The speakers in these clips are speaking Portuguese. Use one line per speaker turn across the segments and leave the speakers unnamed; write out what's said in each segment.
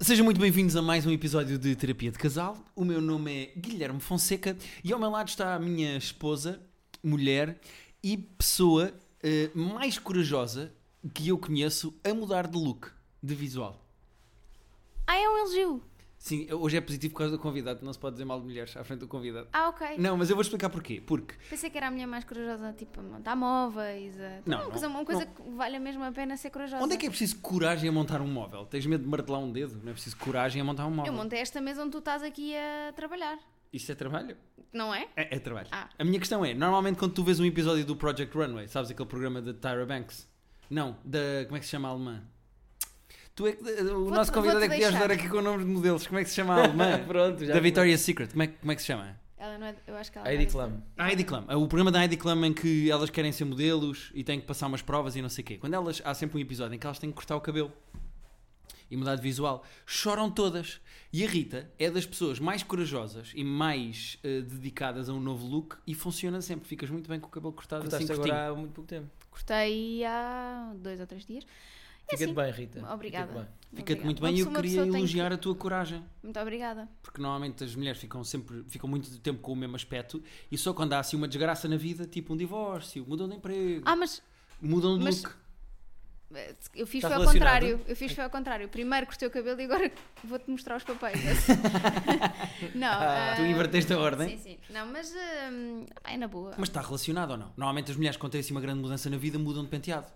Sejam muito bem-vindos a mais um episódio de Terapia de Casal. O meu nome é Guilherme Fonseca e ao meu lado está a minha esposa, mulher e pessoa eh, mais corajosa que eu conheço a mudar de look, de visual.
Ah, é um elogio.
Sim, hoje é positivo por causa do convidado, não se pode dizer mal de mulheres à frente do convidado.
Ah, ok.
Não, mas eu vou explicar porquê. Porque
Pensei que era a mulher mais corajosa, tipo, a montar móveis. A...
Não,
uma coisa, uma coisa que vale a mesma pena ser corajosa.
onde é que é preciso coragem a montar um móvel? Tens medo de martelar um dedo? Não é preciso coragem a montar um móvel.
Eu montei esta mesa onde tu estás aqui a trabalhar,
Isto é trabalho?
não é?
É, é trabalho.
Ah.
A minha questão é: normalmente quando tu vês um episódio do Project Runway, sabes aquele programa da Tyra Banks? Não, da. Como é que se chama a alemã? Tu é que, o nosso convidado
vou-te
é que podia ajudar
deixar.
aqui com o nome de modelos. Como é que se chama a alemã?
Pronto, já
da Victoria's Secret. Como é, que- como é que se chama?
Ela não é. Eu acho que ela.
Heidi Klum.
A ID Clam. O programa da ID Clam em que elas querem ser modelos e têm que passar umas provas e não sei o quê. Quando elas. Há sempre um episódio em que elas têm que cortar o cabelo e mudar de visual. Choram todas. E a Rita é das pessoas mais corajosas e mais eh, dedicadas a um novo look e funciona sempre. Ficas muito bem com o cabelo cortado
Cortaste
assim
agora
curtinho.
há muito pouco tempo.
Cortei há dois ou três dias. E
Fica-te
assim,
bem, Rita.
Obrigada.
Fica-te bem.
Fica-te
obrigada.
muito
Uma
bem e eu
pessoa- uma
queria
pessoa tem que-
elogiar a tua coragem.
Muito obrigada.
Porque normalmente as mulheres ficam sempre ficam muito tempo com o mesmo aspecto e só quando há assim uma desgraça na vida, tipo um divórcio, mudam de emprego,
Ah, mas
mudam de
mas-
look.
eh, eu fiz
Está
foi ao
Tá relacionado?
contrário. Eu fiz foi ao contrário. Primeiro cortei o cabelo e agora vou-te mostrar os papéis. não.
Ah, tu
ah,
inverteste a ordem?
Sim, sim. Não, mas ah, é na boa.
Mas está relacionado ou não? Normalmente as mulheres quando têm assim uma grande mudança na vida mudam de penteado.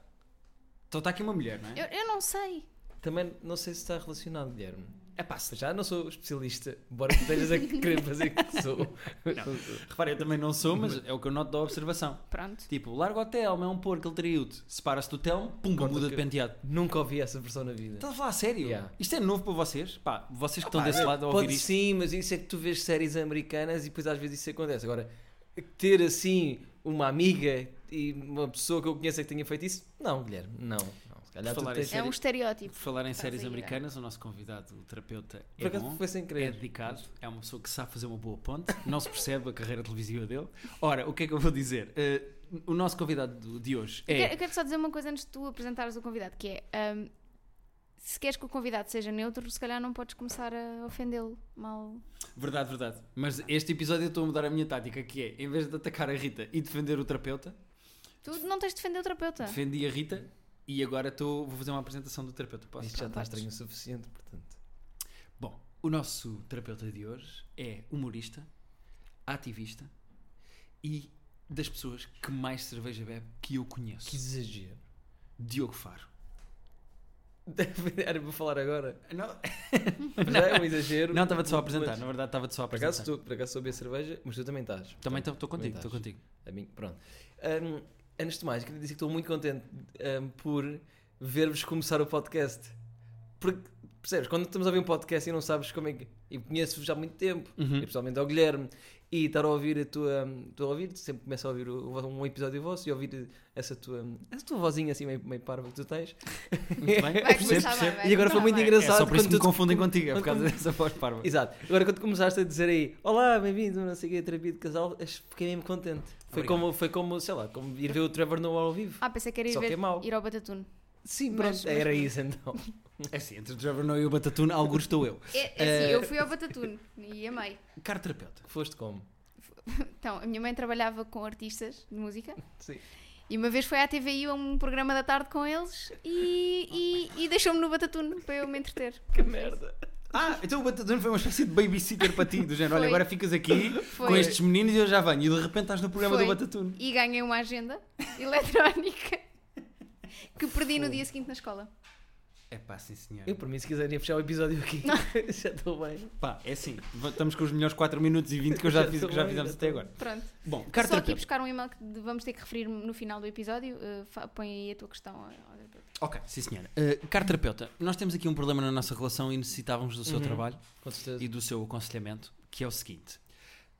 Então está aqui uma mulher, não é?
Eu, eu não sei.
Também não sei se está relacionado, Guilherme.
É pá, se-
Já não sou especialista, embora tu estejas a querer fazer que sou.
Repara, eu também não sou, mas é o que eu noto da observação.
Pronto.
Tipo, larga o Telmo, é um porco, ele traiu-te. Separa-se do Telmo, pumba,
Corta o
muda de
que-
penteado.
Nunca ouvi essa versão na vida.
Estás a falar a sério?
Yeah.
Isto é novo para vocês? Pá, vocês que estão desse lado a ouvir
Pode
isto.
sim, mas isso é que tu vês séries americanas e depois às vezes isso acontece. Agora, ter assim uma amiga e uma pessoa que eu conheça que tenha feito isso, não, Guilherme, não. não. Se calhar
Por falar
tu
em
tens...
séries-
É um estereótipo.
Por falar em séries
aí,
americanas, o nosso convidado, o terapeuta,
é. Por
é
acaso
bom,
foi sem querer.
é dedicado, é uma pessoa que sabe fazer uma boa ponte, não se percebe a carreira televisiva dele. Ora, o que é que eu vou dizer? Eh, o nosso convidado do- de hoje
Eu quero,
é...
eu quero só dizer uma coisa antes de tu apresentares o convidado, que é hum, se queres que o convidado seja neutro, se calhar não podes começar a ofendê-lo mal.
Verdade, verdade. Mas este episódio eu estou a mudar a minha tática, que é, em vez de atacar a Rita e defender o terapeuta,
Tu não tens de defender o terapeuta.
defendi a Rita e agora estou, vou fazer uma apresentação do terapeuta. Posso?
Isto já está
Podes.
estranho o suficiente, portanto.
Bom, o nosso terapeuta de hoje é humorista, ativista e das pessoas que mais cerveja bebe que eu conheço.
Que exagero.
Diogo Faro.
Era para falar agora.
Não,
Já é um exagero.
não estava-te só a apresentar,
Mas-
na verdade estava-te só a
Por
apresentar.
acaso, tu, por acaso soube a cerveja, mas tu também estás.
Também
Portanto,
estou estou contigo, estou
estás.
contigo.
A mim, pronto. Ahm, antes de mais, queria dizer que estou muito contente ahm, por ver-vos começar o podcast. Porque, percebes, quando estamos a ouvir um podcast e não sabes como é que. E conheço-vos há muito tempo,
Uhum.
e pessoalmente ao Guilherme, e estar a ouvir a tua. Estou a ouvir, sempre começo a ouvir o- um episódio vosso e ouvir essa tua, essa tua vozinha assim meio, meio parva que tu tens.
Muito bem.
Vai
Percebo,
começar mal,
percebo.
vai
E
começar
agora foi muito
mal.
É
engraçado
só por isso que
quando
me
tu-
confundem contigo, é por
quando-
causa dessa voz parva.
Exato. Agora quando começaste a dizer aí, olá, bem-vindo, não sei o quê, a terapia de casal, acho- fiquei mesmo contente. Foi
Obrigado.
como, foi como, sei lá, como ir ver o Trevor Noah ao vivo.
Ah, pensei que era ir,
Só que
ver-
é mau.
ir ao Batatune.
Sim,
mas-
pronto, era isso então.
É assim, entre o Trevor Noah e o Batatuna, alguns estou eu.
É, é
Eh,
assim, eu fui ao Batatune e amei.
Caro terapeuta,
Que foste como?
Então, a minha mãe trabalhava com artistas de música
Sim.
e uma vez foi à TVI a um programa da tarde com eles e, e- e deixou-me no Batatune para eu me entreter.
Que merda.
Ah, então o Batatuna foi uma espécie de babysitter para ti, do género, olha,
Foi.
agora ficas aqui
Foi.
com estes meninos e eu já venho. E de repente estás no programa
Foi.
do Batatuna.
E ganhei uma agenda eletrónica que perdi no dia seguinte na escola.
É pá, sim senhor.
Eu, por mim, se quiserem fechar o episódio aqui, já estou bem.
Pá, é assim, va- estamos com os melhores 4 minutos e 20 que, eu já
Já
fiz,
estou
que já
bem,
fizemos
já
até
estou
agora.
Pronto.
Bom, caro
Só aqui
terapeuta.
buscar um e-mail que de- vamos ter que referir no final do episódio. Uh, fa- põe aí a tua questão. ao- ao
É
terapeuta.
Ok, sim senhora. Uh, caro terapeuta, nós temos aqui um problema na nossa relação e necessitávamos do seu
Uhum.
trabalho
Com certeza.
e do seu aconselhamento, que é o seguinte.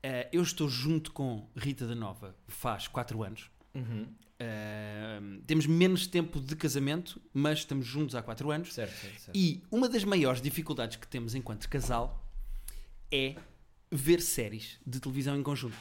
Uh, eu estou junto com Rita da Nova faz 4 anos.
Uhum.
Uh, temos menos tempo de casamento, mas estamos juntos há 4 anos.
Certo, certo, certo.
E uma das maiores dificuldades que temos enquanto casal é ver séries de televisão em conjunto.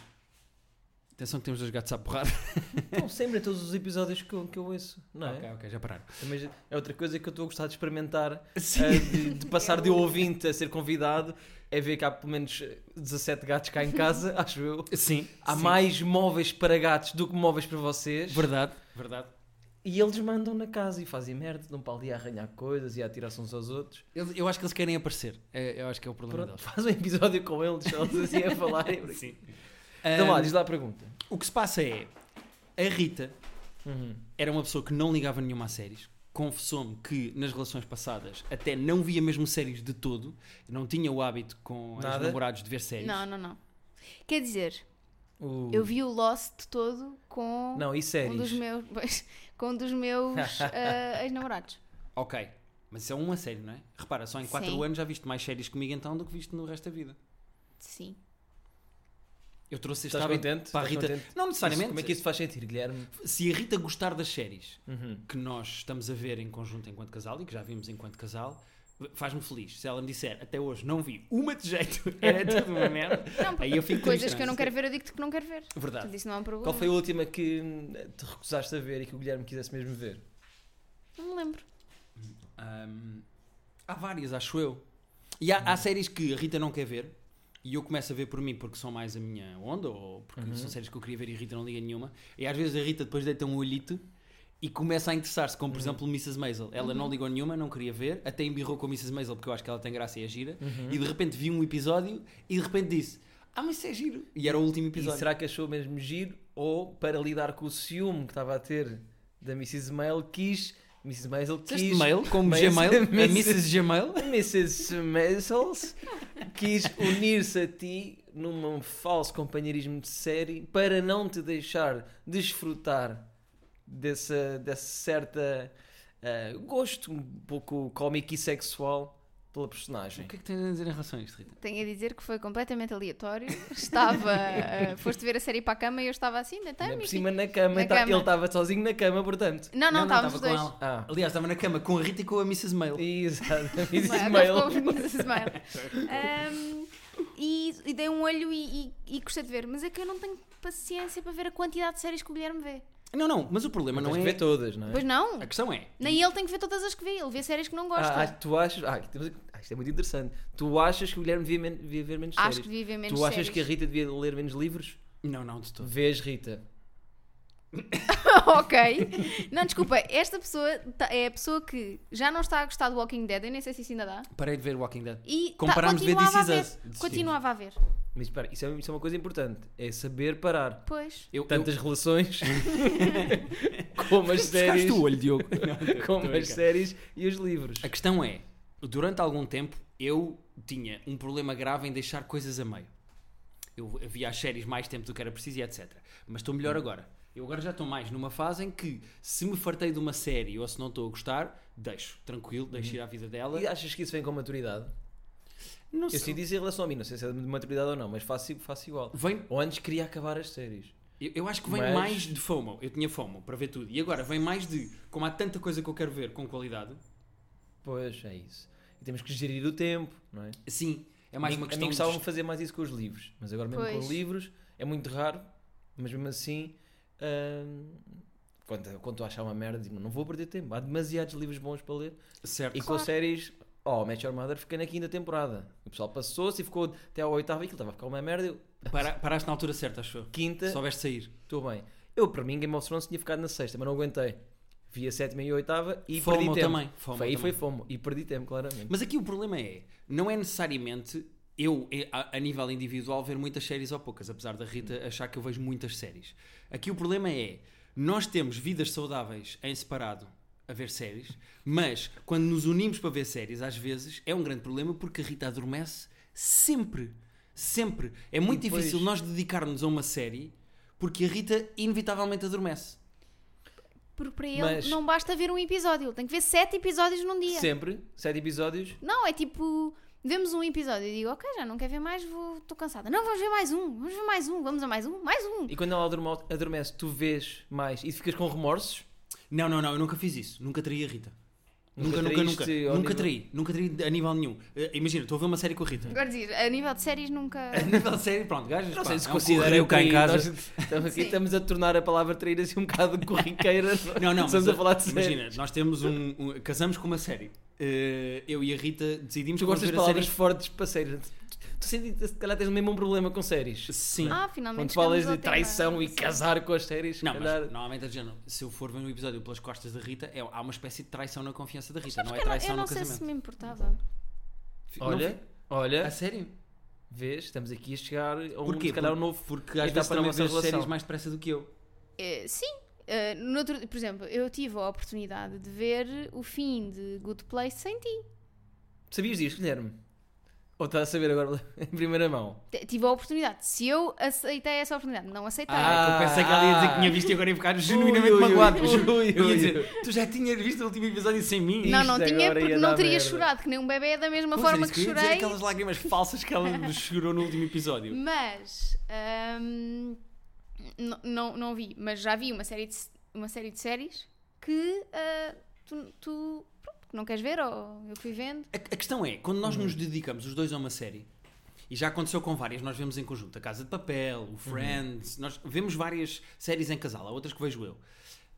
Atenção que temos dois gatos a porrar.
Estão então, sempre em todos os episódios que eu, que eu ouço, não é?
Ok, ok, já pararam.
Também já- é outra coisa que eu estou a gostar de experimentar,
Sim.
eh, de, de passar de ouvinte a ser convidado, é ver que há pelo menos eh, 17 gatos cá em casa, acho eu.
Eh, Sim.
Há
sim.
mais móveis para gatos do que móveis para vocês.
Verdade, verdade.
E eles mandam na casa e fazem merda, dão para ali a arranhar coisas e a atirar-se uns aos outros.
Eles- Eu acho que eles querem aparecer. É, eu acho que é o problema
Pronto, faz um episódio com eles, só eles assim a falar.
deles. Sim.
Então lá,
Ahm,
diz lá a pergunta.
o que se passa é. A Rita
Uhum.
era uma pessoa que não ligava nenhuma a séries. Confessou-me que nas relações passadas até não via mesmo séries de todo. Não tinha o hábito com os
Nada?
namorados de ver séries.
Não, não, não. Quer dizer,
O-
eu vi o Lost todo com
Não, e
um dos
séries?
meus, pois, com um dos meus ah, ex-namorados.
Ok. Mas isso é uma série, não é? Repara, só em 4
Sim.
anos já viste mais séries comigo então do que viste no resto da vida.
Sim.
Eu trouxe este
Estás
hábito
contente?
para a
Estás
Rita.
contente?
Não necessariamente.
Isso- como é que isso faz sentir, Guilherme?
Se a Rita gostar das séries
Uhum.
que nós estamos a ver em conjunto enquanto casal e que já vimos enquanto casal, faz-me feliz. Se ela me disser até hoje não vi uma de jeito, era tudo uma merda,
Não, porque
aí eu fico
coisas
triste,
que eu não
é?
quero ver, eu digo-te que não quero ver. Portanto,
Verdade.
isso não é um problema.
Tá. Qual foi a última que hum, te recusaste a ver e que o Guilherme quisesse mesmo ver?
Não me lembro.
Hum, há várias, acho eu. E há,
Uhum.
há séries que a Rita não quer ver e eu começo a ver por mim porque são mais a minha onda ou porque
Uhum.
são séries que eu queria ver e a Rita não liga nenhuma. E às vezes a Rita depois deita um olhito e começa a interessar-se, como por
Uhum.
exemplo Mrs. Maisel. Ela não ligou nenhuma, não queria ver, até embirrou com Mrs. Maisel porque eu acho que ela tem graça e é gira.
Uhum.
E de repente vi um episódio e de repente disse: Ah, mas isso é giro. E era o último episódio.
E será que achou mesmo giro ou para lidar com o ciúme que estava a ter da Mrs. Mail quis... Mrs. Maisel
Disseste
quis...
mail, como
Mas-
Gmail, a
Mrs.
Mrs. Gmail.
A Mrs. Maisels quis unir-se a ti num falso companheirismo de série para não te deixar desfrutar dessa, dessa certa ah, gosto um pouco cómico e sexual pela personagem.
O que é que tens a dizer em relação a isto, Rita?
Tenho a dizer que foi completamente aleatório. Estava. ah, foste ver a série para a cama e eu estava assim,
Ainda
deitei-me.
por
e
cima na cama,
Na
tá-
cama.
ele estava sozinho na cama, portanto.
fiquei- Não, não, estávamos
estava
os
com
dois.
ela.
Ah,
Aliás, estava na cama com a Rita e com a Mrs. Mail.
exato. Mrs.
Não é? Agora
Mail.
ficou com Mrs. Mail. Ahm, e, e dei um olho e, e, e gostei de ver, mas é que eu não tenho paciência para ver a quantidade de séries que o Guilherme vê.
Não, não, mas o problema
Mas
não é.
ver todas, não é?
Pois não,
A questão é.
nem ele tem que ver todas as que vê, ele vê séries que não
Ah, ah,
gosta.
tu achas. Ah, temos- ah, isto é muito interessante. Tu achas que o Guilherme devia, men- devia ver menos séries?
Acho que devia ver menos
tu achas
séries.
que a Rita devia ler menos livros?
Não, não, de todo.
Vês, Rita.
ok. Não, desculpa, esta pessoa tá- é a pessoa que já não está a gostar do Walking Dead, eu nem sei se isso ainda dá.
Parei de ver Walking Dead.
E tá-
Comparámos de ver
continuava a
This
ver.
Is Us.
Continuava a ver.
Mas espera, isso é, isso é uma coisa importante. É saber parar.
Pois.
Eu,
Tanto as relações como as séries.
o olho, Diogo.
Como as séries e os livros.
A questão é, durante algum tempo eu tinha um problema grave em deixar coisas a meio. Eu havia as séries mais tempo do que era preciso e etc. Mas estou
Hum.
melhor agora. Eu agora já estou mais numa fase em que, se me fartei de uma série ou se não estou a gostar, deixo, tranquilo, deixo ir à vida dela.
Uhum. E achas que isso vem com maturidade?
Não
Eu sinto isso em relação a mim, não sei se é de maturidade ou não, mas faço, faço igual.
Vem,
Ou antes queria acabar as séries.
eu, eu acho que vem
Mas-
mais de FOMO. Eu tinha FOMO para ver tudo. E agora vem mais de, como há tanta coisa que eu quero ver com qualidade,
Pois, é isso. E temos que gerir o tempo, não é?
sim, é mais
a
uma
mim- a
questão
mim
de
gostavam de fazer mais isso com os livros, mas agora mesmo com
Pois.
os livros é muito raro, mas mesmo assim, hum, quando, quando tu achar uma merda, digo, não vou perder tempo, há demasiados livros bons para ler.
Certo.
E com
Claro.
séries, oh, Match Your Mother fica na quinta temporada. O pessoal passou-se e ficou até à oitava e aquilo estava a ficar uma merda. Eu,
Para- paraste na altura certa, achou?
quinta,
Soubeste sair.
estou bem. Eu, para mim, Game of Thrones tinha ficado na sexta, mas não aguentei. Vi a sétima e a oitava e
Fomo
perdi tempo.
também, fomo
foi, aí
também.
foi fomo. E perdi tempo, claramente.
Mas aqui o problema é, não é necessariamente eu, eh, a, a nível individual, ver muitas séries ou poucas, apesar da Rita achar que eu vejo muitas séries. Aqui o problema é, nós temos vidas saudáveis em separado a ver séries, mas quando nos unimos para ver séries, às vezes, é um grande problema porque a Rita adormece sempre. Sempre. É muito
E depois-
difícil nós dedicarmos a uma série porque a Rita inevitavelmente adormece.
Porque para ele
Mas-
não basta ver um episódio, ele tem que ver sete episódios num dia.
Sempre, sete episódios,
Não, é tipo, vemos um episódio e digo, ok, já não quer ver mais, vou- estou cansada. Não, vamos ver mais um, vamos ver mais um, vamos a mais um, mais um.
E quando ela adorme- adormece, tu vês mais e ficas com remorsos?
Não, não, não, eu nunca fiz isso. Nunca traí a Rita. Nunca, nunca, nunca.
traíste ao
Nunca
nível-
traí. Nunca traí a nível nenhum. Eh, imagina, estou a ver uma série com a Rita.
Agora diz, a nível de séries nunca.
A nível sério, pronto, gajas.
Não
pá,
sei se
é um
considera
correio cá em casa.
Estamos, aqui,
Sim.
estamos a tornar a palavra trair assim um bocado corriqueira. é?
Não, não,
Estamos
mas,
a falar de séries.
Imagina, nós temos um, um- Casamos com uma série. Eh, eu e a Rita decidimos
Tu
que vamos
gostas de
ver a
palavras
série.
fortes para séries. Tu- Tu sentes, se calhar tens o mesmo problema com séries.
Sim.
Ah, finalmente.
Quando falas de
chegamos ao tema.
traição e
Sim.
casar com as séries, se
Não, mas
calhar.
normalmente a género, se eu for ver um episódio pelas costas da Rita, é, há uma espécie de traição na confiança da Rita, não é
Eu não,
traição
eu não
no
sei se
casamento.
me importava.
Fi- não
Olha,
fi- a
olha,
sério?
vês, estamos aqui a chegar a um,
Porquê?
se calhar, um
Por-
novo.
Porque é às
etapa
vezes
na
também
nossa
vês
relação.
séries mais depressa do que eu.
Eh, sim. eh, no outro- por exemplo, eu tive a oportunidade de ver o fim de Good Place sem ti.
Sabias disso, Guilherme? Ou estás a saber agora em primeira mão?
T- Tive a oportunidade. Se eu aceitei essa oportunidade, não aceitei.
Ah, que eu pensei que ela ia dizer que tinha visto e agora ia ficar genuinamente
ui,
magoado.
ui,
juro.
ui,
eu
ui,
ia dizer, tu já tinhas visto o último episódio sem mim?
não, não
isto
tinha
agora
porque
ia
não
dar
teria
merda.
chorado, que nem um bebê, da mesma
Pois, era
forma
isso
que
eu ia dizer,
chorei.
aquelas lágrimas falsas que ela nos chorou no último episódio.
Mas hum, n- não, não vi, mas já vi uma série de, s- uma série de séries que ah, tu, tu, pronto, que não queres ver ou eu fui vendo.
A, a questão é, quando nós nos dedicamos os dois a uma série, e já aconteceu com várias, nós vemos em conjunto a Casa de Papel, o Friends, nós vemos várias séries em casal, há outras que vejo eu.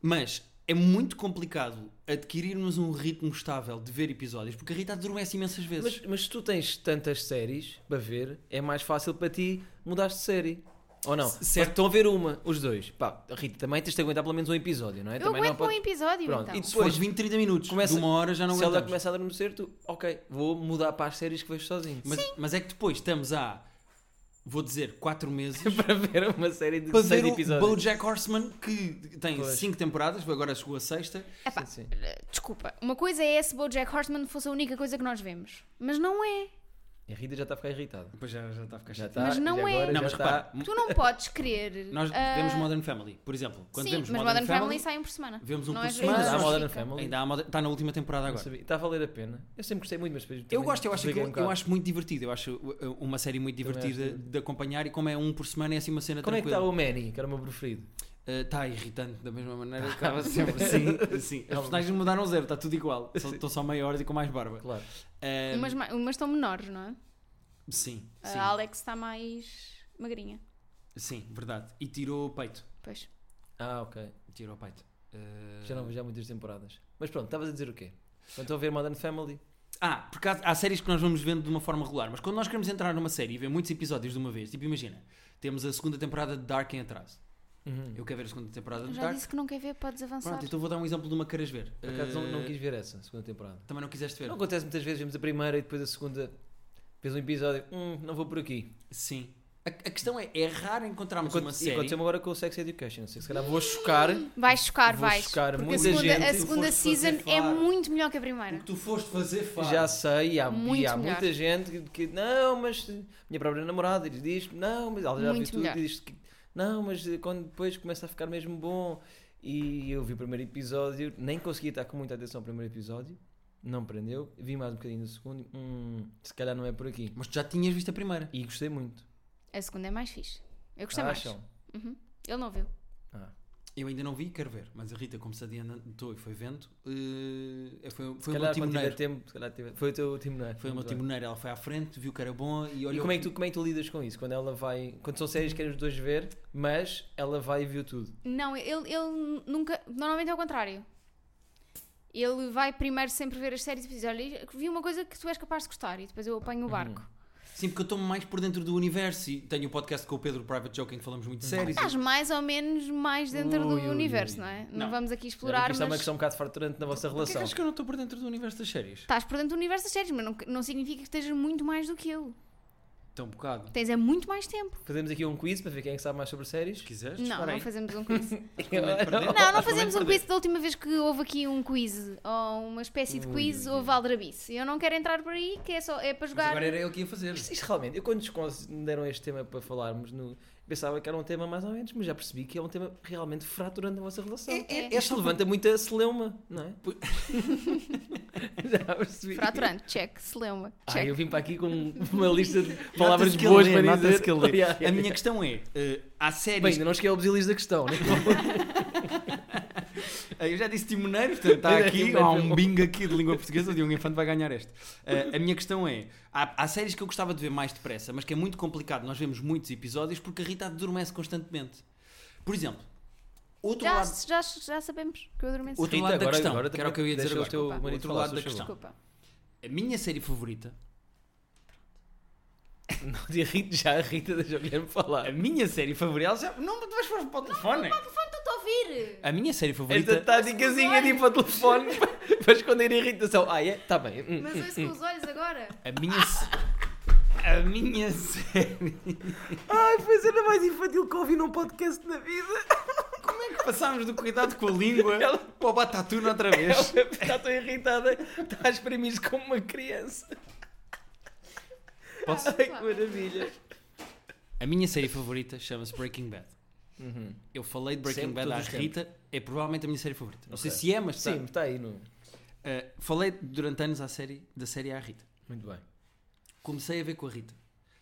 Mas é muito complicado adquirirmos um ritmo estável de ver episódios, porque a Rita adormece imensas vezes.
Mas, mas se tu tens tantas séries para ver, é mais fácil para ti mudar de série. Ou não?
C- certo.
Mas Estão a ver uma, os dois. Pá, Rita, também tens de aguentar pelo menos um episódio, não é?
eu
também
aguento
não pode-
um episódio
Pronto,
então.
e
Se
depois-
fores 20, 30 minutos,
Começa-
de uma hora já não
Se ela
aguentamos.
começa a adormecer, tu, ok, vou mudar para as séries que vejo sozinho.
Mas, mas é que depois estamos há, vou dizer, 4 meses...
para ver uma série de
Para
seis
ver o
episódios.
BoJack Horseman, que tem
Pois.
5 temporadas, agora chegou a sexta.
Epá,
Sim, sim.
Desculpa, uma coisa é se Bojack Horseman fosse a única coisa que nós vemos, mas não é.
A Rita já está a ficar irritada.
Depois já, já está a ficar
Já
chateado.
está,
Mas não
e
é.
Não,
agora já
mas
está-
repara,
Tu não podes querer.
Hum, nós
ah,
vemos Modern Family, por exemplo. Quando
sim,
vemos
mas
Modern, Family,
saem por semana.
vemos um
Não
por
é
semana.
vez,
Mas
não
há
Modern
fica.
Family.
ainda há Modern- está na última temporada
não
agora.
sabia. Está a valer a pena. Eu sempre gostei muito, mas depois
Eu
também
gosto, eu acho,
desliguei
aquilo-
um
eu
bocado.
acho muito divertido. Eu acho uh, uh, uma série muito
Também acho
divertida
divertido.
de acompanhar e como é um por semana é assim uma cena
Como é que está
tranquila.
o Manny, que era o meu preferido?
Uh, Está irritante da mesma maneira, acaba sempre assim. assim. As personagens mudaram zero, está tudo igual. Só- Estão só maiores e com mais barba.
Claro.
Uh,
Umas, ma- umas estão menores, não é?
Sim, sim,
A Alex está mais magrinha.
sim, verdade. E tirou o peito.
Pois.
Ah, ok.
Tirou o peito. Uh,
Já não vejo há muitas temporadas. Mas pronto, estavas a dizer o quê? Quando estou a ver Modern Family.
Ah, porque há, há séries que nós vamos vendo de uma forma regular, mas quando nós queremos entrar numa série e ver muitos episódios de uma vez, tipo, imagina, temos a segunda temporada de Dark em atraso.
Uhum.
Eu quero ver a segunda temporada de
Já
Dark.
disse que não quer ver, podes avançar.
Tá. Pronto, então vou dar um exemplo de uma que queres ver.
Por acaso não, não
Eh,
quis ver essa segunda temporada.
Também não quiseste ver?
Não acontece muitas vezes, vemos a primeira e depois a segunda. Vês um episódio, hum, não vou por aqui.
Sim. A, a questão é, é raro encontrarmos
Aconte-
uma
e
série.
aconteceu-me agora com o Sex Education. Não sei, se calhar vou chocar.
Vais chocar,
Vou
vais.
chocar
porque
muita
a segunda,
gente.
a segunda
Foste fazer
season é
faro.
muito melhor que a primeira.
tu foste fazer faz.
Já sei, e há, e
Muito
há
melhor.
muita gente que, que, não, mas minha própria namorada diz, diz não, mas ela já viu
Muito
tudo
melhor.
e diz que não, mas eh, quando depois começa a ficar mesmo bom. E eu vi o primeiro episódio, nem consegui estar com muita atenção ao primeiro episódio, não me prendeu. Vi mais um bocadinho do segundo, hum, se calhar não é por aqui.
Mas tu já tinhas visto a primeira.
E gostei muito.
A segunda é mais fixe. Eu
Ah,
gostei mais.
Acham?
Uhum. Ele não viu.
Ah.
Eu ainda não vi, quero ver. Mas a Rita, como se adiantou e foi vendo, eh, foi,
Se
foi o meu
calhar quando tiver
timoneiro.
tempo, se calhar tiver- foi o teu timoneiro.
Foi o meu
Muito bem.
timoneiro. Ela foi à frente, viu que era bom e olhou.
E como é, que tu, como é que tu lidas com isso? Quando ela vai. Quando são séries que querem os dois ver, mas ela vai e viu tudo.
Não, ele, ele nunca. Normalmente é o contrário. Ele vai primeiro sempre ver as séries e diz: Olha, vi uma coisa que tu és capaz de gostar e depois eu apanho o barco.
Sim, porque eu estou mais por dentro do universo e tenho o podcast com o Pedro Private Joke em que falamos muito de séries.
Estás mais ou menos mais dentro
Ui, ui,
do universo,
ui.
não é? Não,
Não.
vamos aqui explorar,
Claro, isto é uma
mas
questão um bocado farturante na
Porquê
vossa
é que
relação.
achas que eu não estou por dentro do universo das séries?
estás por dentro do universo das séries, mas não, não significa que estejas muito mais do que eu.
Tão Então, um bocado.
Tens é muito mais tempo.
Fazemos aqui um quiz para ver quem é que sabe mais sobre séries.
Se quiseres,
Não,
espera
não
aí.
fazemos um quiz.
Não,
Não, não fazemos um quiz da última vez que houve aqui um quiz, ou uma espécie de
Ui,
quiz,
ui,
houve aldrabice. Eu não quero entrar por aí, que é só é para jogar.
agora era eu que ia fazer.
Isto, isto realmente, eu quando nos deram este tema para falarmos, no, pensava que era um tema mais ou menos, mas já percebi que é um tema realmente fraturante na vossa relação.
É, é,
é
isto levanta muita celeuma, não é? já percebi.
Fraturante, check, se lembra.
Ah,
Check.
eu vim para aqui com uma lista de
Palavras
palavras boas para dizer.
Que ele lê.
Yeah, yeah,
A minha
yeah.
questão é: eh, há séries.
Bem, ainda não cheguei ao basilis da questão, né?
Eh, Eu já disse timoneiro, portanto está
Eu já
aqui,
disse
há
timoneiro.
um bingo aqui de língua portuguesa, o Diogo Infante vai ganhar este. Eh, a minha questão é, há, há séries que eu gostava de ver mais depressa, mas que é muito complicado, nós vemos muitos episódios porque a Rita adormece constantemente. Por exemplo, outro
Já,
lado...
já, já sabemos que eu adormeço.
Outro
Rita,
lado da
agora-
questão,
agora
que era o que eu ia dizer
deixa o
agora.
teu
Outro
marido falar,
lado
se
da
faz favor.
questão.
Desculpa.
A minha série favorita,
Não, de Rita, já a Rita deixa o Guilherme falar.
a minha série favorita, ela já- não te vais para o telefone.
Estou a ouvir!
A minha série favorita,
Esta tá- táticazinha de ir para o telefone para- para esconder a irritação. Ah, é? Está bem. Hum.
Mas ouço com os olhos agora.
a minha se- a minha série.
Ai, foi a cena mais infantil que ouvi num podcast na vida.
Como é que passámos do cuidado com a língua para o batatuna outra vez?
Ela está tão irritada, está a exprimir-se como uma criança.
Posso?
Ai, que maravilha.
A minha série favorita chama-se Breaking Bad.
Uhum.
Eu falei de Breaking
Sempre,
Bad à
todos os
Rita, é provavelmente a minha série favorita. Não sei
Ok.
se é, mas
Sim,
sim.
está aí no...
falei durante anos à série, da série à Rita.
Muito bem.
Comecei a ver com a Rita.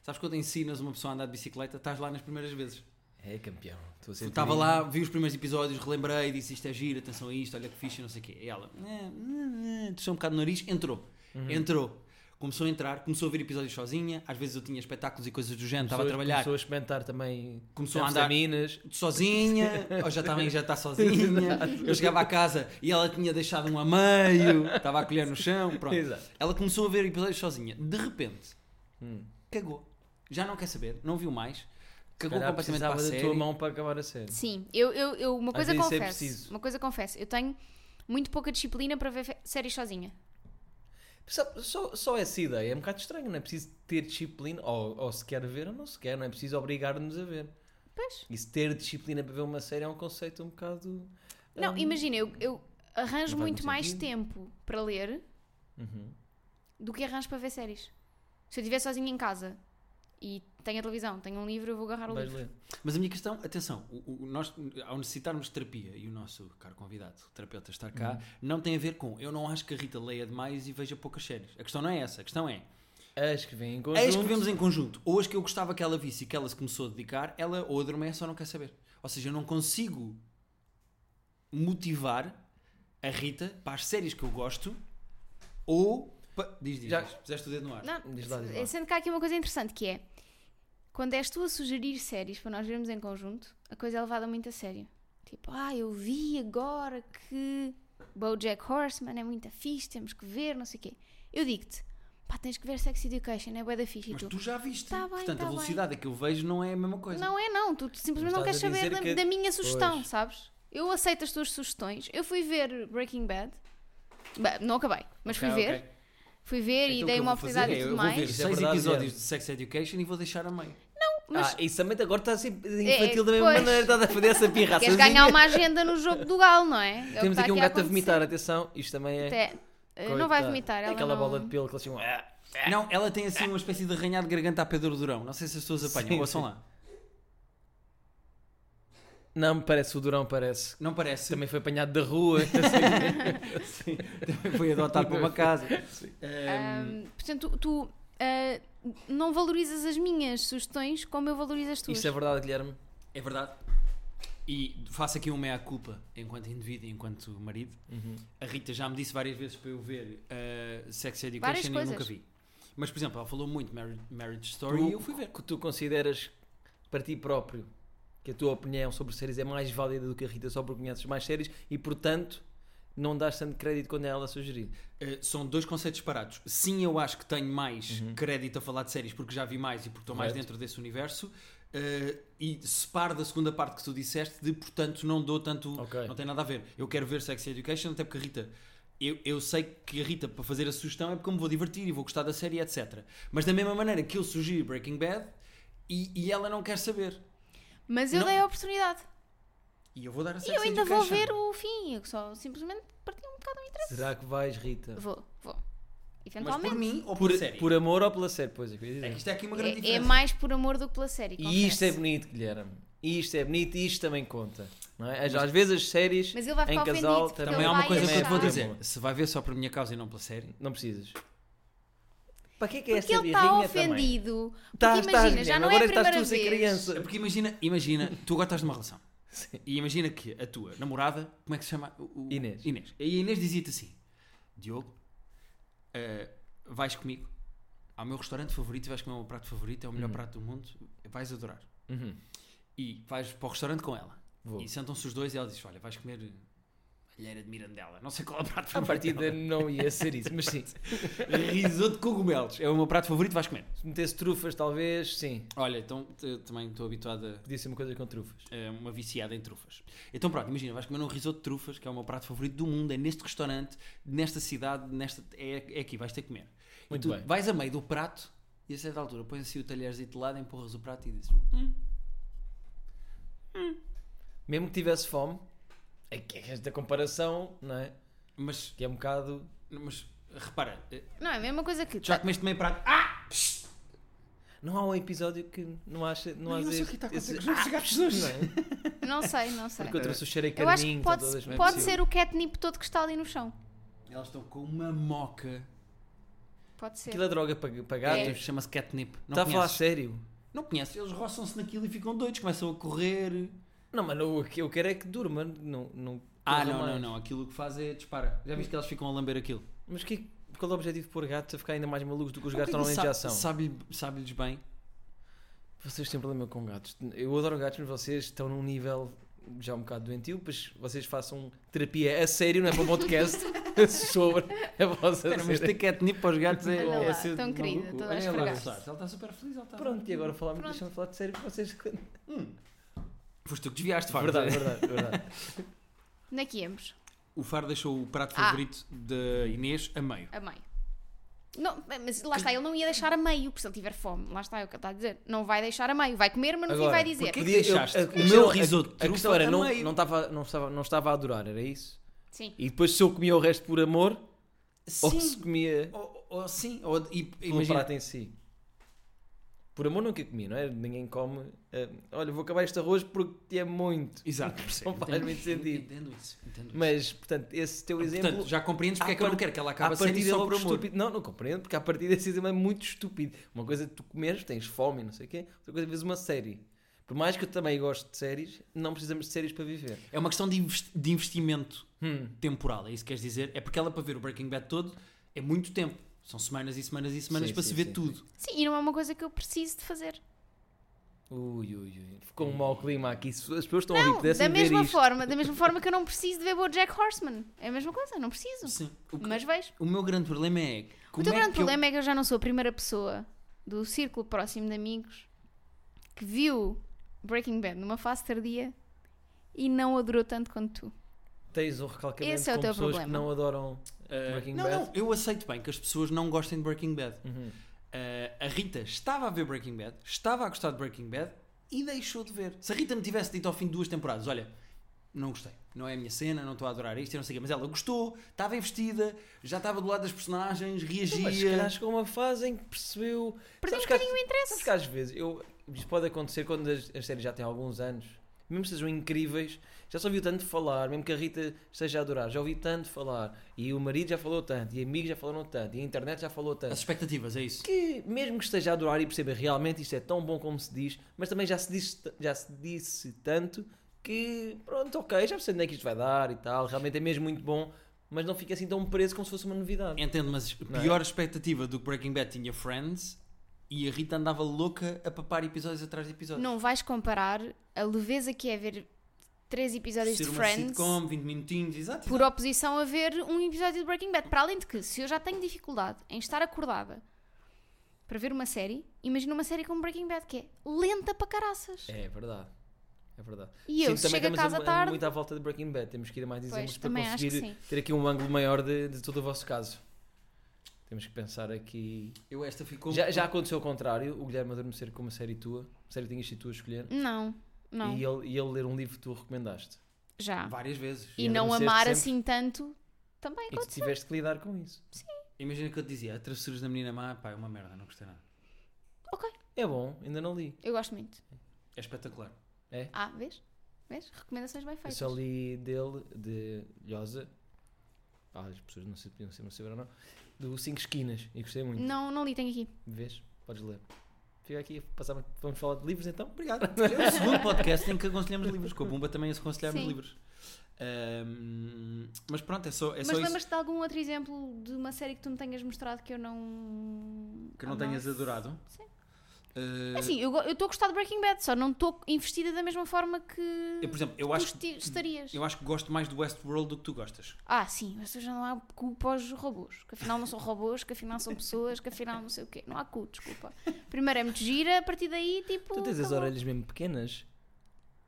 Sabes quando ensinas uma pessoa a andar de bicicleta, estás lá nas primeiras vezes.
É campeão. Estou a
Eu
sentir-
estava lá, vi os primeiros episódios, relembrei, disse isto é giro, atenção a isto, olha que fixe, não sei o quê. E ela, né, né, né, deixou um bocado no nariz, entrou.
Uhum.
Entrou. Começou a entrar, começou a ver episódios sozinha, às vezes eu tinha espetáculos e coisas do género, estava a
Começou-
trabalhar
Começou a experimentar também...
Começou a andar-
anfetaminas.
sozinha, ou já estava em- já está sozinha. Eu chegava à casa e ela tinha deixado um a meio, estava a colher no chão, pronto.
Exato.
Ela começou a ver episódios sozinha. De repente,
Hum.
cagou. Já não quer saber, não viu mais. Cagou
Calhar
completamente para a
precisava da
série.
tua mão para acabar a série.
Sim, eu, eu, eu uma
Às
coisa
vezes é
confesso.
preciso.
uma coisa confesso. Eu tenho muito pouca disciplina para ver fe- séries sozinha.
Só, só, só essa ideia é um bocado estranho, não é preciso ter disciplina, ou, ou se quer ver ou não se quer, não é preciso obrigar-nos a ver.
Pois.
E se ter disciplina para ver uma série é um conceito um bocado.
Não,
hum,
imagina, eu, eu arranjo
Não faz
muito
muito
mais
sentido.
tempo para ler
Uhum.
do que arranjo para ver séries. Se eu estiver sozinha em casa e tenho a televisão, tenho um livro, eu vou agarrar o
Vais
livro.
ler.
Mas a minha questão, atenção, o- o- nós, ao necessitarmos de terapia, e o nosso caro convidado, o terapeuta, estar cá,
Hum.
não tem a ver com eu não acho que a Rita leia demais e veja poucas séries. A questão não é essa, a questão é
As que vêm em conjunto.
as É que vemos em conjunto, ou as que eu gostava que ela visse e que ela se começou a dedicar, ela ou adormece ou não quer saber. Ou seja, eu não consigo motivar a Rita para as séries que eu gosto ou. pa- Diz, diz,
Já-
diz. fizeste o dedo no ar.
Não,
Diz lá, diz lá.
sendo que há aqui uma coisa interessante que é quando és tu a sugerir séries para nós vermos em conjunto, a coisa é levada muito a sério. Tipo, ah, eu vi agora que Bojack Horseman é muito fixe, temos que ver, não sei o quê. Eu digo-te, pá, tens que ver Sex Education, é bué da fixe. E
Mas
tu,
tu já viste.
Tá bem,
Portanto,
tá
a velocidade a que eu vejo não é a mesma coisa.
não é não, tu simplesmente não queres
Estás a
saber
dizer
da,
que-
da minha sugestão,
Pois.
sabes? Eu aceito as tuas sugestões. Eu fui ver Breaking Bad. Bem, não acabei, mas fui
Ok,
ver.
ok.
Fui ver
Então,
e
o
dei
que eu
uma
vou fazer
oportunidade
é,
e tudo
eu vou ver
mais.
Isso é
seis
verdade,
episódios
aliás.
de Sex Education e vou deixar a meio.
Mas É,
Ah, isso também agora está a ser infantil da mesma
pois.
maneira, estás a fazer essa pirra.
queres ganhar uma agenda no jogo do galo, não é? é? o que
Temos
tá
aqui um
a
gato a
acontecer.
vomitar, atenção, isto também é.
Até- eh, não vai
Coitado.
vomitar,
É
ela
Aquela
não...
bola de pelo que eles chamam. "Ah".
Não, ela tem assim uma espécie de arranhado de garganta a Pedro Durão. Não sei se as pessoas apanham.
Sim,
Ouçam
sim.
lá.
Não, me parece, o Durão parece.
Não parece?
Também foi apanhado da rua.
Sim. Também foi adotado por uma casa. Ahm,
Ahm, portanto, tu, tu, ah, não valorizas as minhas sugestões como eu valorizo as tuas.
Isto é verdade, Guilherme.
É verdade. E faço aqui uma meia-culpa enquanto indivíduo e enquanto marido.
Uhum.
A Rita já me disse várias vezes para eu ver ah, Sex
Várias
Education e eu nunca
coisas.
vi. Mas, por exemplo, ela falou muito de Marriage, Marriage Story
tu,
e eu fui ver.
que tu consideras para ti próprio que a tua opinião sobre séries é mais válida do que a Rita só porque conheces mais séries e portanto não dás tanto crédito quando é ela a sugerir.
Uh, são dois conceitos separados. Sim, eu acho que tenho mais crédito a falar de séries porque já vi mais e porque estou mais
Uhum. Correto.
dentro desse universo. Uh, e separo da segunda parte que tu disseste de, portanto, não dou tanto.
Ok.
Não tem nada a ver. Eu quero ver Sex Education, até porque a Rita. Eu, eu sei que a Rita, para fazer a sugestão, é porque eu me vou divertir e vou gostar da série, etc. Mas da mesma maneira que eu sugiro Breaking Bad e, e ela não quer saber.
Mas eu
Não.
dei a oportunidade.
E eu vou dar a
E
Sex
é
eu ainda
Education.
vou ver o fim. Eu só simplesmente partilho um bocado o interesse.
Será que vais, Rita?
Vou, vou.
Mas por
Eventualmente.
mim ou por,
Por,
série?
por amor ou pela série? Pois é, que eu ia dizer.
É que isto é aqui uma grande
É- é,
diferença.
mais por amor do que pela série.
E isto é
confesso.
bonito, Guilherme. E Isto é bonito e isto também conta. Não é? Às, às vezes as séries
Mas ele vai
em
ficar
casal é
ofendido, porque
Também há uma
Vai
coisa que eu te vou
achar.
dizer. Se vai ver só por minha causa e não pela série,
Não precisas. Para que é que é
Porque
essa
ele está
birrinha também?
ofendido.
Tá-
porque imagina,
estás,
já
Guilherme,
não é
agora
a primeira
estás tu a ser
vez.
criança.
Porque imagina, imagina, tu agora estás numa relação
Sim.
E imagina que a tua namorada, como é que se chama? O- o-
Inês.
Inês. E a Inês dizia-te assim: Diogo, eh, vais comigo ao meu restaurante favorito, e vais comer o meu prato favorito, é o melhor
Uhum.
prato do mundo, vais adorar.
Uhum.
E vais para o restaurante com ela.
Vou.
E sentam-se os dois e ela diz: Olha, vais comer alheira de Mirandela. Não sei qual é o prato
A
favorito.
partida não ia ser isso, mas sim.
dela. Risoto de cogumelos. É o meu prato favorito, vais comer.
Se metesse trufas, talvez, sim.
Olha, então t- também estou habituada
Podia ser uma coisa com trufas.
é uma viciada em trufas. Então pronto, imagina, vais comer um risoto de trufas, que é o meu prato favorito do mundo, é neste restaurante, nesta cidade, nesta, é, é aqui, vais ter que comer.
Muito
e tu
bem.
vais a meio do prato e a certa altura pões assim o talherzito de lado, empurras o prato e dizes
Mesmo que tivesse fome, é que esta comparação, não é?
mas,
Que é um bocado.
mas repara, eh,
Não, é a mesma coisa que.
já comeste meio prato, ah! Psst,
Não há um episódio que não acha. Não,
não,
há
eu não sei
esse-
o que está a
esse-
acontecer com os nossos gatos hoje.
Não é?
Não sei, não sei.
Porque eu trouxe o cheiro a
Eu acho
carninho,
que pode,
todas, não é
pode
possível.
ser o catnip todo que está ali no chão.
Elas estão com uma moca,
Pode ser.
Aquilo é droga para, para
gatos,
gatos.
chama-se catnip, não
Está a falar
conheces?
sério?
Não conheces, eles roçam-se naquilo e ficam doidos, começam a correr.
Não, mas eu, eu quero é que durma. Não, não,
Ah,
corra
não, não,
mais.
não, aquilo que faz é dispara. Já viste que elas ficam a lamber aquilo?
Mas que, qual é o objetivo de pôr gatos a ficar ainda mais malucos do que os
Porque
gatos normalmente
é sa-
já são?
sabe- Sabe-lhes bem.
Vocês têm problema com gatos. Eu adoro gatos, mas vocês estão num nível já um bocado doentio, pois vocês façam terapia a sério, não é para um podcast sobre a vossa
Espera, mas ter
cena.
catnip para os gatos é.
Olha lá,
é ser
tão
maluco.
querida, toda a
Olha ela,
esfregar-se.
Soares, Ela está super feliz, ela está.
Pronto, e agora falámos,
Pronto.
deixam de falar de é. sério que vocês.
Foste tu que desviaste, Faro.
Verdade, verdade, verdade.
Onde é que íamos?
O Faro deixou o prato
Ah.
favorito da Inês a meio.
A meio. Não, mas lá está, ele não ia deixar a meio, porque se ele tiver fome, lá está, é o que ele está a dizer. Não vai deixar a meio, vai comer, mas no fim
Agora,
vai dizer.
Porquê que
Podia- eu-
deixaste
a-
o meu
a-
risoto de
A questão
trufa
era,
a
não,
meio?
não, estava, não, estava, não estava a adorar, era isso?
Sim.
E depois se eu comia o resto por amor, ou se
Sim.
comia
Ou, ou sim, ou e,
pelo
imagina.
prato em si. Por amor nunca comi, não é? Ninguém come. ah, olha, vou acabar este arroz porque é muito.
Exato, percebo.
Não faz muito sentido.
Entendo isso. Entendo isso.
Mas, portanto, esse teu exemplo.
Ah, Portanto, já compreendes porque
à
é que eu não
par-
quero que ela
à
acabe sendo
partida é
só
logo
por amor.
estúpido. Não, não compreendo, porque a partir desse exemplo é muito estúpido. Uma coisa é tu comeres, tens fome, e não sei o quê. Outra coisa é vês uma série. Por mais que eu também goste de séries, não precisamos de séries para viver.
É uma questão de invest- de investimento.
Hum.
temporal, é isso que queres dizer? É porque ela para ver o Breaking Bad todo é muito tempo. São semanas e semanas e semanas
Sim,
para
sim,
se ver
sim,
tudo.
Sim, e não é uma coisa que eu preciso de fazer.
Ui, ui, ui. Ficou um mau clima aqui. Se as pessoas estão a ouvir,
Não,
pudessem
da
ver
mesma
isto.
forma, da mesma forma que eu não preciso de ver Bojack Horseman. É a mesma coisa, não preciso.
Sim. O, que-
Mas vejo.
o meu grande problema é como
o teu
é
grande
que eu-
problema é que eu já não sou a primeira pessoa do círculo próximo de amigos que viu Breaking Bad numa fase tardia e não adorou tanto quanto tu.
Tens um recalcamento
Esse é o
com
teu
pessoas que
problema.
não adoram
Ah,
eh, É Breaking
não,
Bad.
não, eu aceito bem que as pessoas não gostem de Breaking Bad.
Uhum.
Ah, a Rita estava a ver Breaking Bad, estava a gostar de Breaking Bad e deixou de ver. Se a Rita me tivesse dito ao fim de duas temporadas, olha, não gostei, não é a minha cena, não estou a adorar isto, eu não sei o quê, mas ela gostou, estava investida, já estava do lado das personagens, reagia.
Mas se calhar chegou uma fase em que percebeu.
Perdi um
Sabes que às-
bocadinho o
Sabes
interesse.
que às vezes, eu, isto pode acontecer quando as, as séries já têm alguns anos, mesmo que sejam incríveis, já se ouviu tanto falar, mesmo que a Rita esteja a adorar, já ouvi tanto falar, e o marido já falou tanto, e amigos já falaram tanto, e a internet já falou
As
tanto,
expectativas, é isso.
que mesmo que esteja a adorar e perceba realmente isto é tão bom como se diz, mas também já se disse, t- já se disse tanto que pronto, ok, já percebo onde é que isto vai dar e tal, realmente é mesmo muito bom, mas não fica assim tão preso como se fosse uma novidade.
Entendo, mas
Não é?
a pior expectativa do que Breaking Bad tinha Friends e a Rita andava louca a papar episódios atrás de episódios.
Não vais comparar a leveza que é ver três episódios
Ser
de
uma
Friends
sitcom, 20 minutinhos, exato.
por oposição a ver um episódio de Breaking Bad. Para além de que, se eu já tenho dificuldade em estar acordada para ver uma série, imagina uma série como Breaking Bad, que é lenta para caraças.
É verdade. É verdade.
E eu, se
também
chego a
estamos
casa
mu-
tarde-
muito à volta de Breaking Bad. Temos que ir a mais
Pois,
exemplos para
também acho que
conseguir
sim.
ter aqui um ângulo maior de, de todo o vosso caso. Temos que pensar aqui.
Eu esta ficou.
Já, já aconteceu o contrário, o Guilherme adormecer com uma série tua, uma série que tinhas sido tu a escolher,
Não, não,
E, ele, e ele ler um livro que tu recomendaste.
já.
Várias vezes.
E
E
não
adormeceste
amar
sempre.
assim tanto também
E tu
aconteceu.
tiveste que lidar com isso.
Imagina que eu te dizia: a Travessuras da Menina Má, pá, é uma merda, não gostei nada.
Ok,
É bom, ainda não li.
eu gosto muito.
É espetacular.
Ah, vês? Vês? Recomendações bem
Eu
feitas.
só li dele, de Lhosa. Ah, as pessoas não sabiam se não saberam, não. Do Cinco Esquinas. E gostei muito.
Não, não li, tenho aqui.
Vês? Podes ler. Fica aqui, passamos, vamos falar de livros então. Obrigado.
É o segundo podcast em que aconselhamos livros, com a Pumba também aconselhamos
Sim.
livros. Ahm, mas pronto, é só, é
Mas
só isso
lembras-te de algum outro exemplo de uma série que tu me tenhas mostrado que eu não.
que não
amava?
tenhas adorado.
Sim.
Ah,
Assim, eu go- eu estou a gostar de Breaking Bad, só não estou investida da mesma forma que.
eu, por exemplo, eu
tu
acho,
esti- estarias.
eu acho que gosto mais do Westworld do que tu gostas.
Ah, sim, mas já não há cu para os robôs. Que afinal não são robôs, que afinal são pessoas, que afinal não sei o quê. Não há cu, desculpa. Primeiro é muito gira, a partir daí, tipo.
Tu tens as
acabou.
orelhas mesmo pequenas?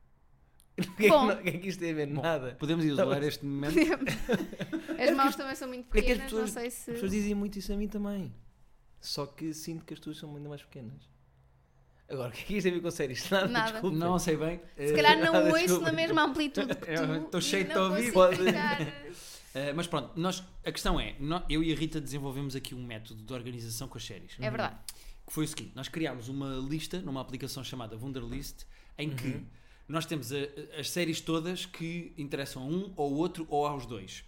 Bom.
O que é que isto tem a ver?
Bom,
Nada.
Podemos isolar este momento.
As mãos também são muito
é que as
pequenas,
pessoas-
não sei
As pessoas
se.
dizem muito isso a mim também. Só que sinto que as tuas são ainda mais pequenas. Agora, o que é que isto tem a ver com séries? Nada,
Nada.
desculpa. Eh,
Não sei bem.
Se calhar não
Nada,
ouço
Ah, desculpa.
na mesma amplitude que
Eu
tu.
estou
e
cheio de
não
ouvir.
consigo
Pode-
ficar-
Ah, mas pronto, nós, a questão é: nó- eu e a Rita desenvolvemos aqui um método de organização com as séries.
É verdade.
que foi o seguinte: nós criámos uma lista numa aplicação chamada Wunderlist, em que nós temos a- as séries todas que interessam a um ou outro ou aos dois.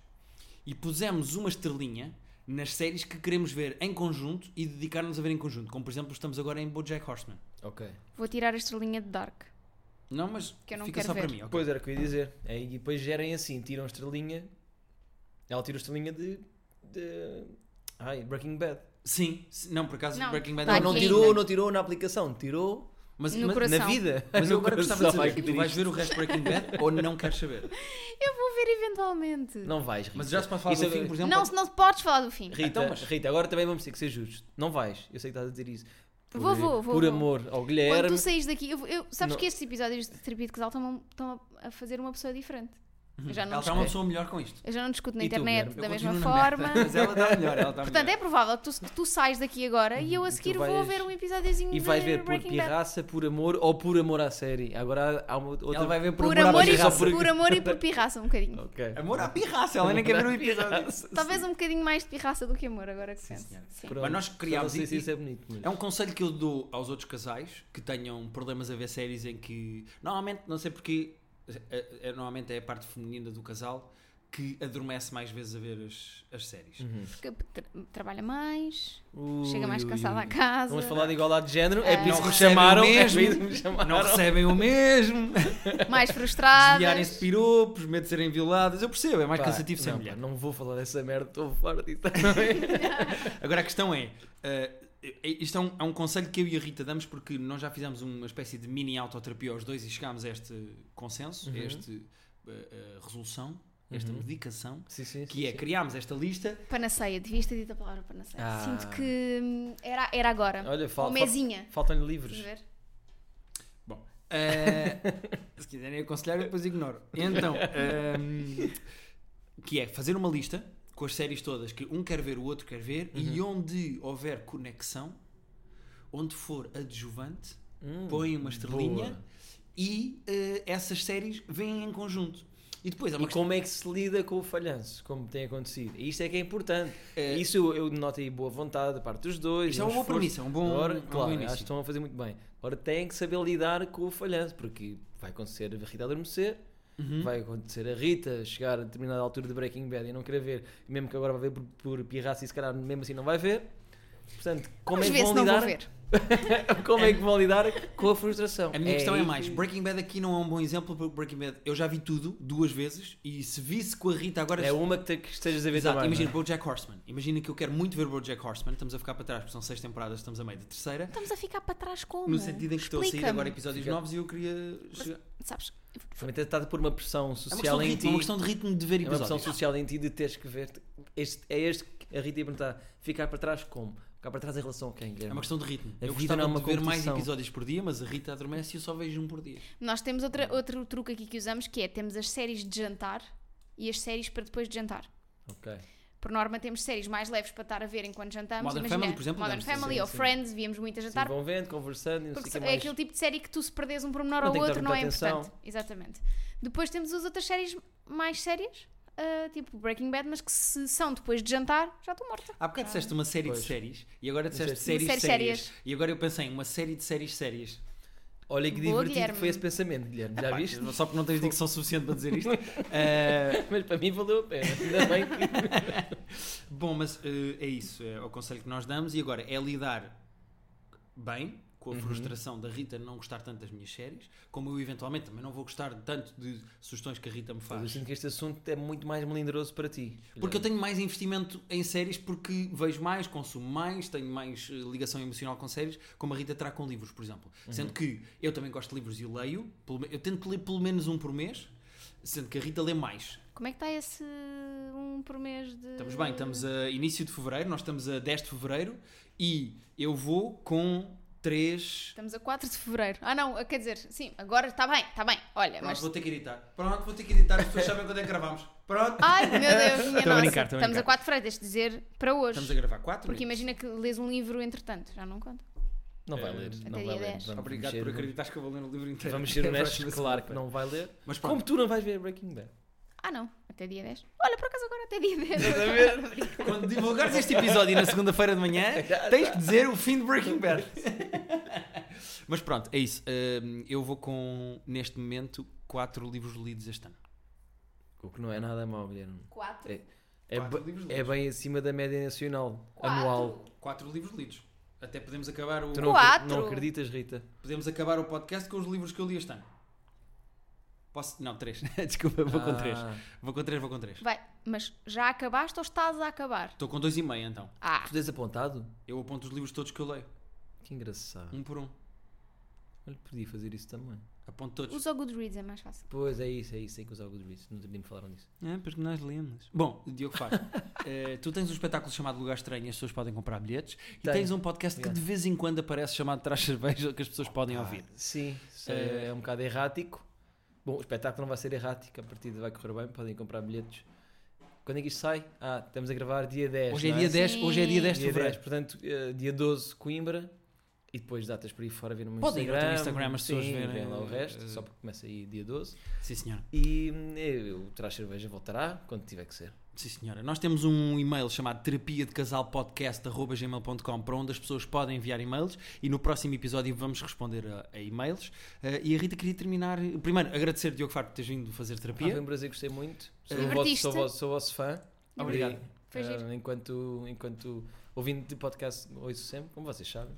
E pusemos uma estrelinha nas séries que queremos ver em conjunto e dedicar-nos a ver em conjunto, como por exemplo estamos agora em BoJack Horseman.
Ok.
Vou tirar a estrelinha de Dark.
Não, mas
Que eu não
fica
quero
só
ver.
para mim. ok?
Pois era o que eu ia dizer. Aí depois gerem assim, tiram estrelinha. Ela tira estrelinha de. de... Ai, Breaking Bad.
Sim, se- não, por acaso
Não.
Breaking Bad
Tá
Não,
é
não
uma-
aqui.
tirou, não tirou na aplicação, tirou
mas,
No
mas,
coração.
na vida.
mas eu agora
No
gostava de
coração. Ai,
saber,
que
tu vais
triste.
ver o resto de Breaking Bad ou não queres saber?
Eu vou ver eventualmente.
Não vais, Rita.
Mas já se pode falar
Isso
do
é-
fim, por exemplo?
Não, se não podes falar do fim.
Rita,
Então, mas-
Rita, agora também vamos ter que ser justos. Não vais. Eu sei que estás a dizer isso. Por,
Vou, vou, vou,
Por
vou.
amor ao
Quando
Guilherme.
tu saís daqui, eu, eu- sabes
Não.
que estes episódios de terapia de casal estão a- estão a, a fazer uma pessoa diferente. Eu já não
Uhum. ela está uma
discuto-
pessoa melhor com isto.
eu já não discuto na
E tu,
internet
Guilherme?
da
Eu
mesma
continuo na merda,
forma.
Mas ela está melhor, ela está melhor.
Portanto, é provável que tu, que tu sais daqui agora e eu a seguir vou
vais-
ver um episódiozinho
E vais
de
ver por
Breaking Bad.
pirraça, por amor ou por amor à série. Agora há uma outra.
Ela vai ver
Por
à
amor, e,
pirraça.
por amor e por pirraça, um bocadinho.
Ok.
É Amor à pirraça, ela nem quer ver o episódio.
É Pirraça.
Talvez um bocadinho mais de pirraça do que amor, agora que penso.
senhora.
Sim.
Pronto.
Mas nós criámos
Eu Não sei se
e-
isso é bonito. mas-
É um conselho que eu dou aos outros casais que tenham problemas a ver séries em que normalmente, não sei porquê, é- é- normalmente é a parte feminina do casal que adormece mais vezes a ver as, as séries.
Hum.
Porque tra- trabalha mais,
Ui,
chega mais
ui,
cansada
ui.
à casa.
Vamos falar de igualdade de género. É
Ah.
por isso que
Não
me chamaram.
recebem mesmo.
É por isso que me chamaram.
Não recebem o mesmo,
mais frustrada.
desviarem-se piropos, medo de serem violadas. Eu percebo, é mais
Pá,
cansativo ser
não,
mulher.
pá, Não vou falar dessa merda, estou fora disso. também.
Agora a questão é: eh, eh, isto é um, é um conselho que eu e a Rita damos porque nós já fizemos uma espécie de mini autoterapia aos dois e chegámos a este consenso,
Uhum.
a esta resolução, a esta
Uhum.
medicação,
sim, sim,
que é criámos esta lista.
Panaceia, devias ter dito a palavra panaceia.
tipo Ah.
Sinto que hum, era, era agora.
Olha,
Ou
fal, fal,
mesinha.
faltam-lhe
Estás
livros.
a ver?
Bom, eh, se quiserem aconselhar, eu depois ignoro. Então, ehm, que é fazer uma lista com as séries todas que um quer ver, o outro quer ver, e
Uhum.
onde houver conexão, onde for adjuvante,
Hum,
põem uma estrelinha
boa.
e eh, essas séries vêm em conjunto. E depois há uma
E como é que se lida com o falhanço, como tem acontecido? E Isto é que é importante.
É.
Isso eu, eu noto aí boa vontade da parte dos dois.
Isto é
um
uma boa
esforço.
premissa, um bom,
Agora,
um bom
claro, acho
início.
que estão a fazer muito bem. Agora têm que saber lidar com o falhanço, porque vai acontecer a Rita adormecer,
Hum? Uhum.
vai acontecer a Rita chegar a determinada altura de Breaking Bad e não querer ver, mesmo que agora vai ver por, por pirraça e se calhar mesmo assim não vai ver. Portanto, como
Vamos
é que
ver
vão
se não
lidar?
vou ver.
Como é que vão lidar com a frustração?
A minha questão é
aí
mais,
que-
Breaking Bad aqui não é um bom exemplo porque Breaking Bad. Eu já vi tudo duas vezes e se visse com a Rita agora.
É uma que, te, que estejas a ver
Exato,
também.
imagina
não é?
BoJack Horseman. Imagina que eu quero muito ver BoJack Horseman. Estamos a ficar para trás porque são seis temporadas, estamos a meio da terceira.
Estamos a ficar para trás como?
No sentido em que estou a sair
Explica-me.
agora episódios
Então,
novos
Fica-
e eu queria. chegar-
Sabes?
é? Também está por uma pressão
É uma, questão
social
de
em
ritmo, é
ti.
uma questão de ritmo de ver
É uma pressão
episódios.
social em ti de teres que ver. Este, é este que a Rita ia perguntar. Ficar para trás como? Ficar para trás em relação a quem?
É
Guilherme?
uma questão de ritmo.
A
Eu
vida
gostava
não é uma
de ver mais
competição.
episódios por dia, mas a Rita adormece e eu só vejo um por dia.
Nós temos outra, outro truque aqui que usamos que é temos as séries de jantar e as séries para depois de jantar.
Ok.
Por norma temos séries mais leves para estar a ver enquanto jantamos.
Modern
Imagina,
Family, por exemplo,
Modern
damos,
Family
sim,
ou
sim.
Friends, víamos muito a
Sim,
jantar.
vão vendo, conversando e não sei
Porque
o que
é
mais.
aquele tipo de série que tu se perdes um pormenor
Não
ao
tem que dar
outro não é
muita atenção.
importante. Exatamente. Depois temos as outras séries mais sérias, ah, tipo Breaking Bad, mas que se são depois de jantar, já estou morta.
Há bocado disseste uma série
Pois.
de séries e agora disseste
Ah. Disseste.
séries,
Uma série
sérias.
sérias.
E agora eu pensei em uma série de séries sérias.
Olha que
Boa,
divertido
Guilherme.
que foi esse pensamento, Guilherme. Já
Pá,
viste?
Só porque não tens dicção suficiente para dizer isto. Eh,
Mas para mim valeu a pena. Ainda bem que.
bom, mas eh, é isso. É o conselho que nós damos. E agora é lidar bem com com a
Uhum.
frustração da Rita não gostar tanto das minhas séries, como eu eventualmente também não vou gostar tanto de sugestões que a Rita me
Mas eu
faz.
sinto que este assunto é muito mais melindroso para ti.
Porque eu tenho mais investimento em séries, porque vejo mais, consumo mais, tenho mais eh, ligação emocional com séries, como a Rita terá com livros, por exemplo.
Uhum.
Sendo que eu também gosto de livros e leio, pelo me- eu tento ler pelo menos um por mês, sendo que a Rita lê mais.
Como é que está esse um por mês de.
Estamos bem, estamos a início de fevereiro, nós estamos a 10 de fevereiro e eu vou com 3.
Estamos a 4 de fevereiro. Ah, não, quer dizer, sim, agora está bem, está bem. Olha,
Pronto,
É, mas.
vou ter que editar. Pronto, vou ter que editar, as pessoas sabem quando é que gravamos. Pronto.
Ai, meu Deus, minha
Estou a
nossa.
brincar, estou a
estamos
brincar.
a 4 de fevereiro, deixa de dizer para hoje.
Estamos a gravar 4
Porque imagina que lês um livro entretanto, já não conta.
Não vai
Eh,
ler.
É, até
Não
dia
vai
10.
ler. Vamos
Obrigado
mexer
por
no-
acreditares que eu vou ler o livro inteiro.
Vamos ser
Próxima
honestos, claro que
segunda-feira.
não vai ler.
Mas pronto,
Como tu não vais ver Breaking Bad.
Ah, não, até dia 10. Olha, por acaso agora até dia 10.
quando divulgares este episódio na segunda-feira de manhã, tens de dizer o fim de Breaking Bad. Mas pronto, é isso. Hum, eu vou com, neste momento, 4 livros lidos este ano.
O que não é nada mau, Guilherme.
4.
É,
Quatro
ba-
livros
é
lidos.
bem acima da média nacional anual.
4 livros lidos. Até podemos acabar, o,
Tu não, acre-
Quatro.
não acreditas, Rita?
podemos acabar o podcast com os livros que eu li este ano. Posso? Não, 3. Desculpa, vou com 3.
Ah,
Vou com 3, vou com 3.
Vai, mas já acabaste ou estás a acabar?
Estou com 2,5 então.
Ah,
Tu tens apontado?
Eu aponto os livros todos que eu leio,
Que engraçado.
um por um.
Olha, podia fazer isso também.
Aponto todos.
usa o Goodreads, é mais fácil.
Pois é isso, é isso. É que os algoritmos não me falaram disso.
É, porque nós lemos. Bom, Diogo Faro, eh, tu tens um espetáculo chamado Lugar Estranho e as pessoas podem comprar bilhetes. E
Tenho.
tens um podcast que
Obrigado.
de vez em quando aparece chamado Traz Cerveja que as pessoas podem
Ah,
ouvir.
Sim, isso
Eh,
é, é um bocado errático. Bom, o espetáculo não vai ser errático, a partida vai correr bem, podem comprar bilhetes. Quando é que isto sai? Ah, estamos a gravar dia 10.
Hoje é,
não
dia 10,
Sim.
hoje é dia 10 de
Dia 10,
fevereiro.
portanto, eh, dia 12, Coimbra. E depois datas por aí fora, viram o meu
Podem ir ao
Instagram.
teu Instagram, as pessoas
sim,
verem,
veem lá o
eh,
resto,
eh,
só porque começa aí dia 12.
Sim, senhora.
E hum, eu, o Traz Cerveja voltará quando tiver que ser.
Sim, senhora. Nós temos um e-mail chamado terapia de casal podcast.gmail.com para onde as pessoas podem enviar e-mails e no próximo episódio vamos responder a, a e-mails. Eh, e a Rita queria terminar. Primeiro, agradecer Diogo Faro por teres vindo fazer
Ah,
terapia.
foi um prazer, gostei muito. Sou o vosso,
Divertiste?
sou o vosso, sou o vosso fã.
Obrigado.
Uhum. Foi
E,
giro.
ah, enquanto, enquanto ouvindo de podcast, ouço sempre, como vocês sabem.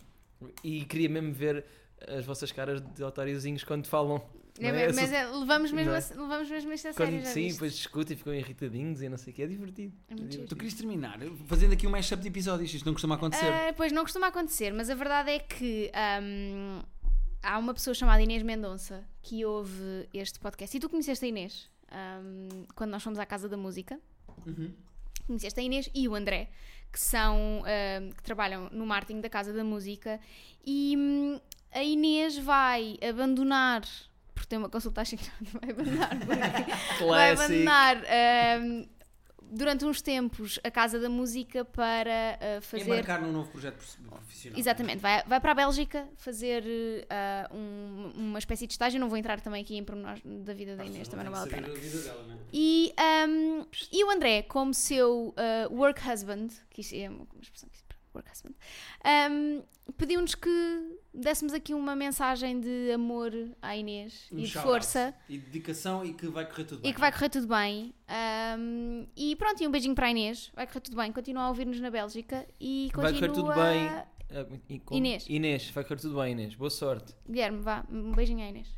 E queria mesmo ver as vossas caras de otáriozinhos quando falam. não
É,
é?
mas
Essa-
é, levamos, mesmo
não é?
a, levamos mesmo isto a
quando,
sério, já
sim,
viste?
depois discutem e ficam irritadinhos e não sei o que. É divertido.
É muito giro.
Tu querias terminar fazendo aqui um mashup de episódios, isto não costuma acontecer.
Ah, pois não costuma acontecer, mas a verdade é que ahm, há uma pessoa chamada Inês Mendonça que ouve este podcast. E tu conheceste a Inês ahm, quando nós fomos à Casa da Música.
Uhum.
Conheceste a Inês e o André, que são ahm, que trabalham no marketing da Casa da Música. E hum, a Inês vai abandonar. Porque tem uma consulta agendada, vai abandonar. porque- vai abandonar ahm, durante uns tempos a Casa da Música para ah, fazer
É Embarcar num novo projeto prof- profissional.
Exatamente, vai, vai para a Bélgica fazer eh, ah, um- uma espécie de estágio. Não vou entrar também aqui em pormenores da vida da Inês, também não vale a pena.
né?
E, ahm, e o André, como seu ah, work husband, que isto é uma expressão que se- work husband, ahm, pediu-nos que dessemos aqui uma mensagem de amor à Inês
Um
e de força
Um E dedicação e que vai correr tudo bem.
e que vai correr tudo bem. Ahm, e pronto, e um beijinho para a Inês, vai correr tudo bem. Continua a ouvir-nos na Bélgica e
Vai
continua.
correr tudo bem. Ah, e como?
Inês.
Inês, vai correr tudo bem, Inês. Boa sorte.
Guilherme, vá, um beijinho à Inês.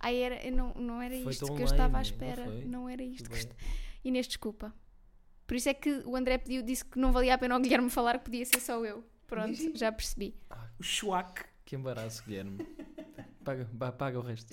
Ai, era, eu não, não era
Foi
isto
tão
que eu estava à
lame, não
espera.
foi?
Não, era isto
Tudo
que
bem.
est- Inês, desculpa. Por isso é que o André pediu, disse que não valia a pena o Guilherme falar, que podia ser só eu. Pronto, já percebi.
O Schwack.
Que embaraço, Guilherme. paga, pá, paga o resto.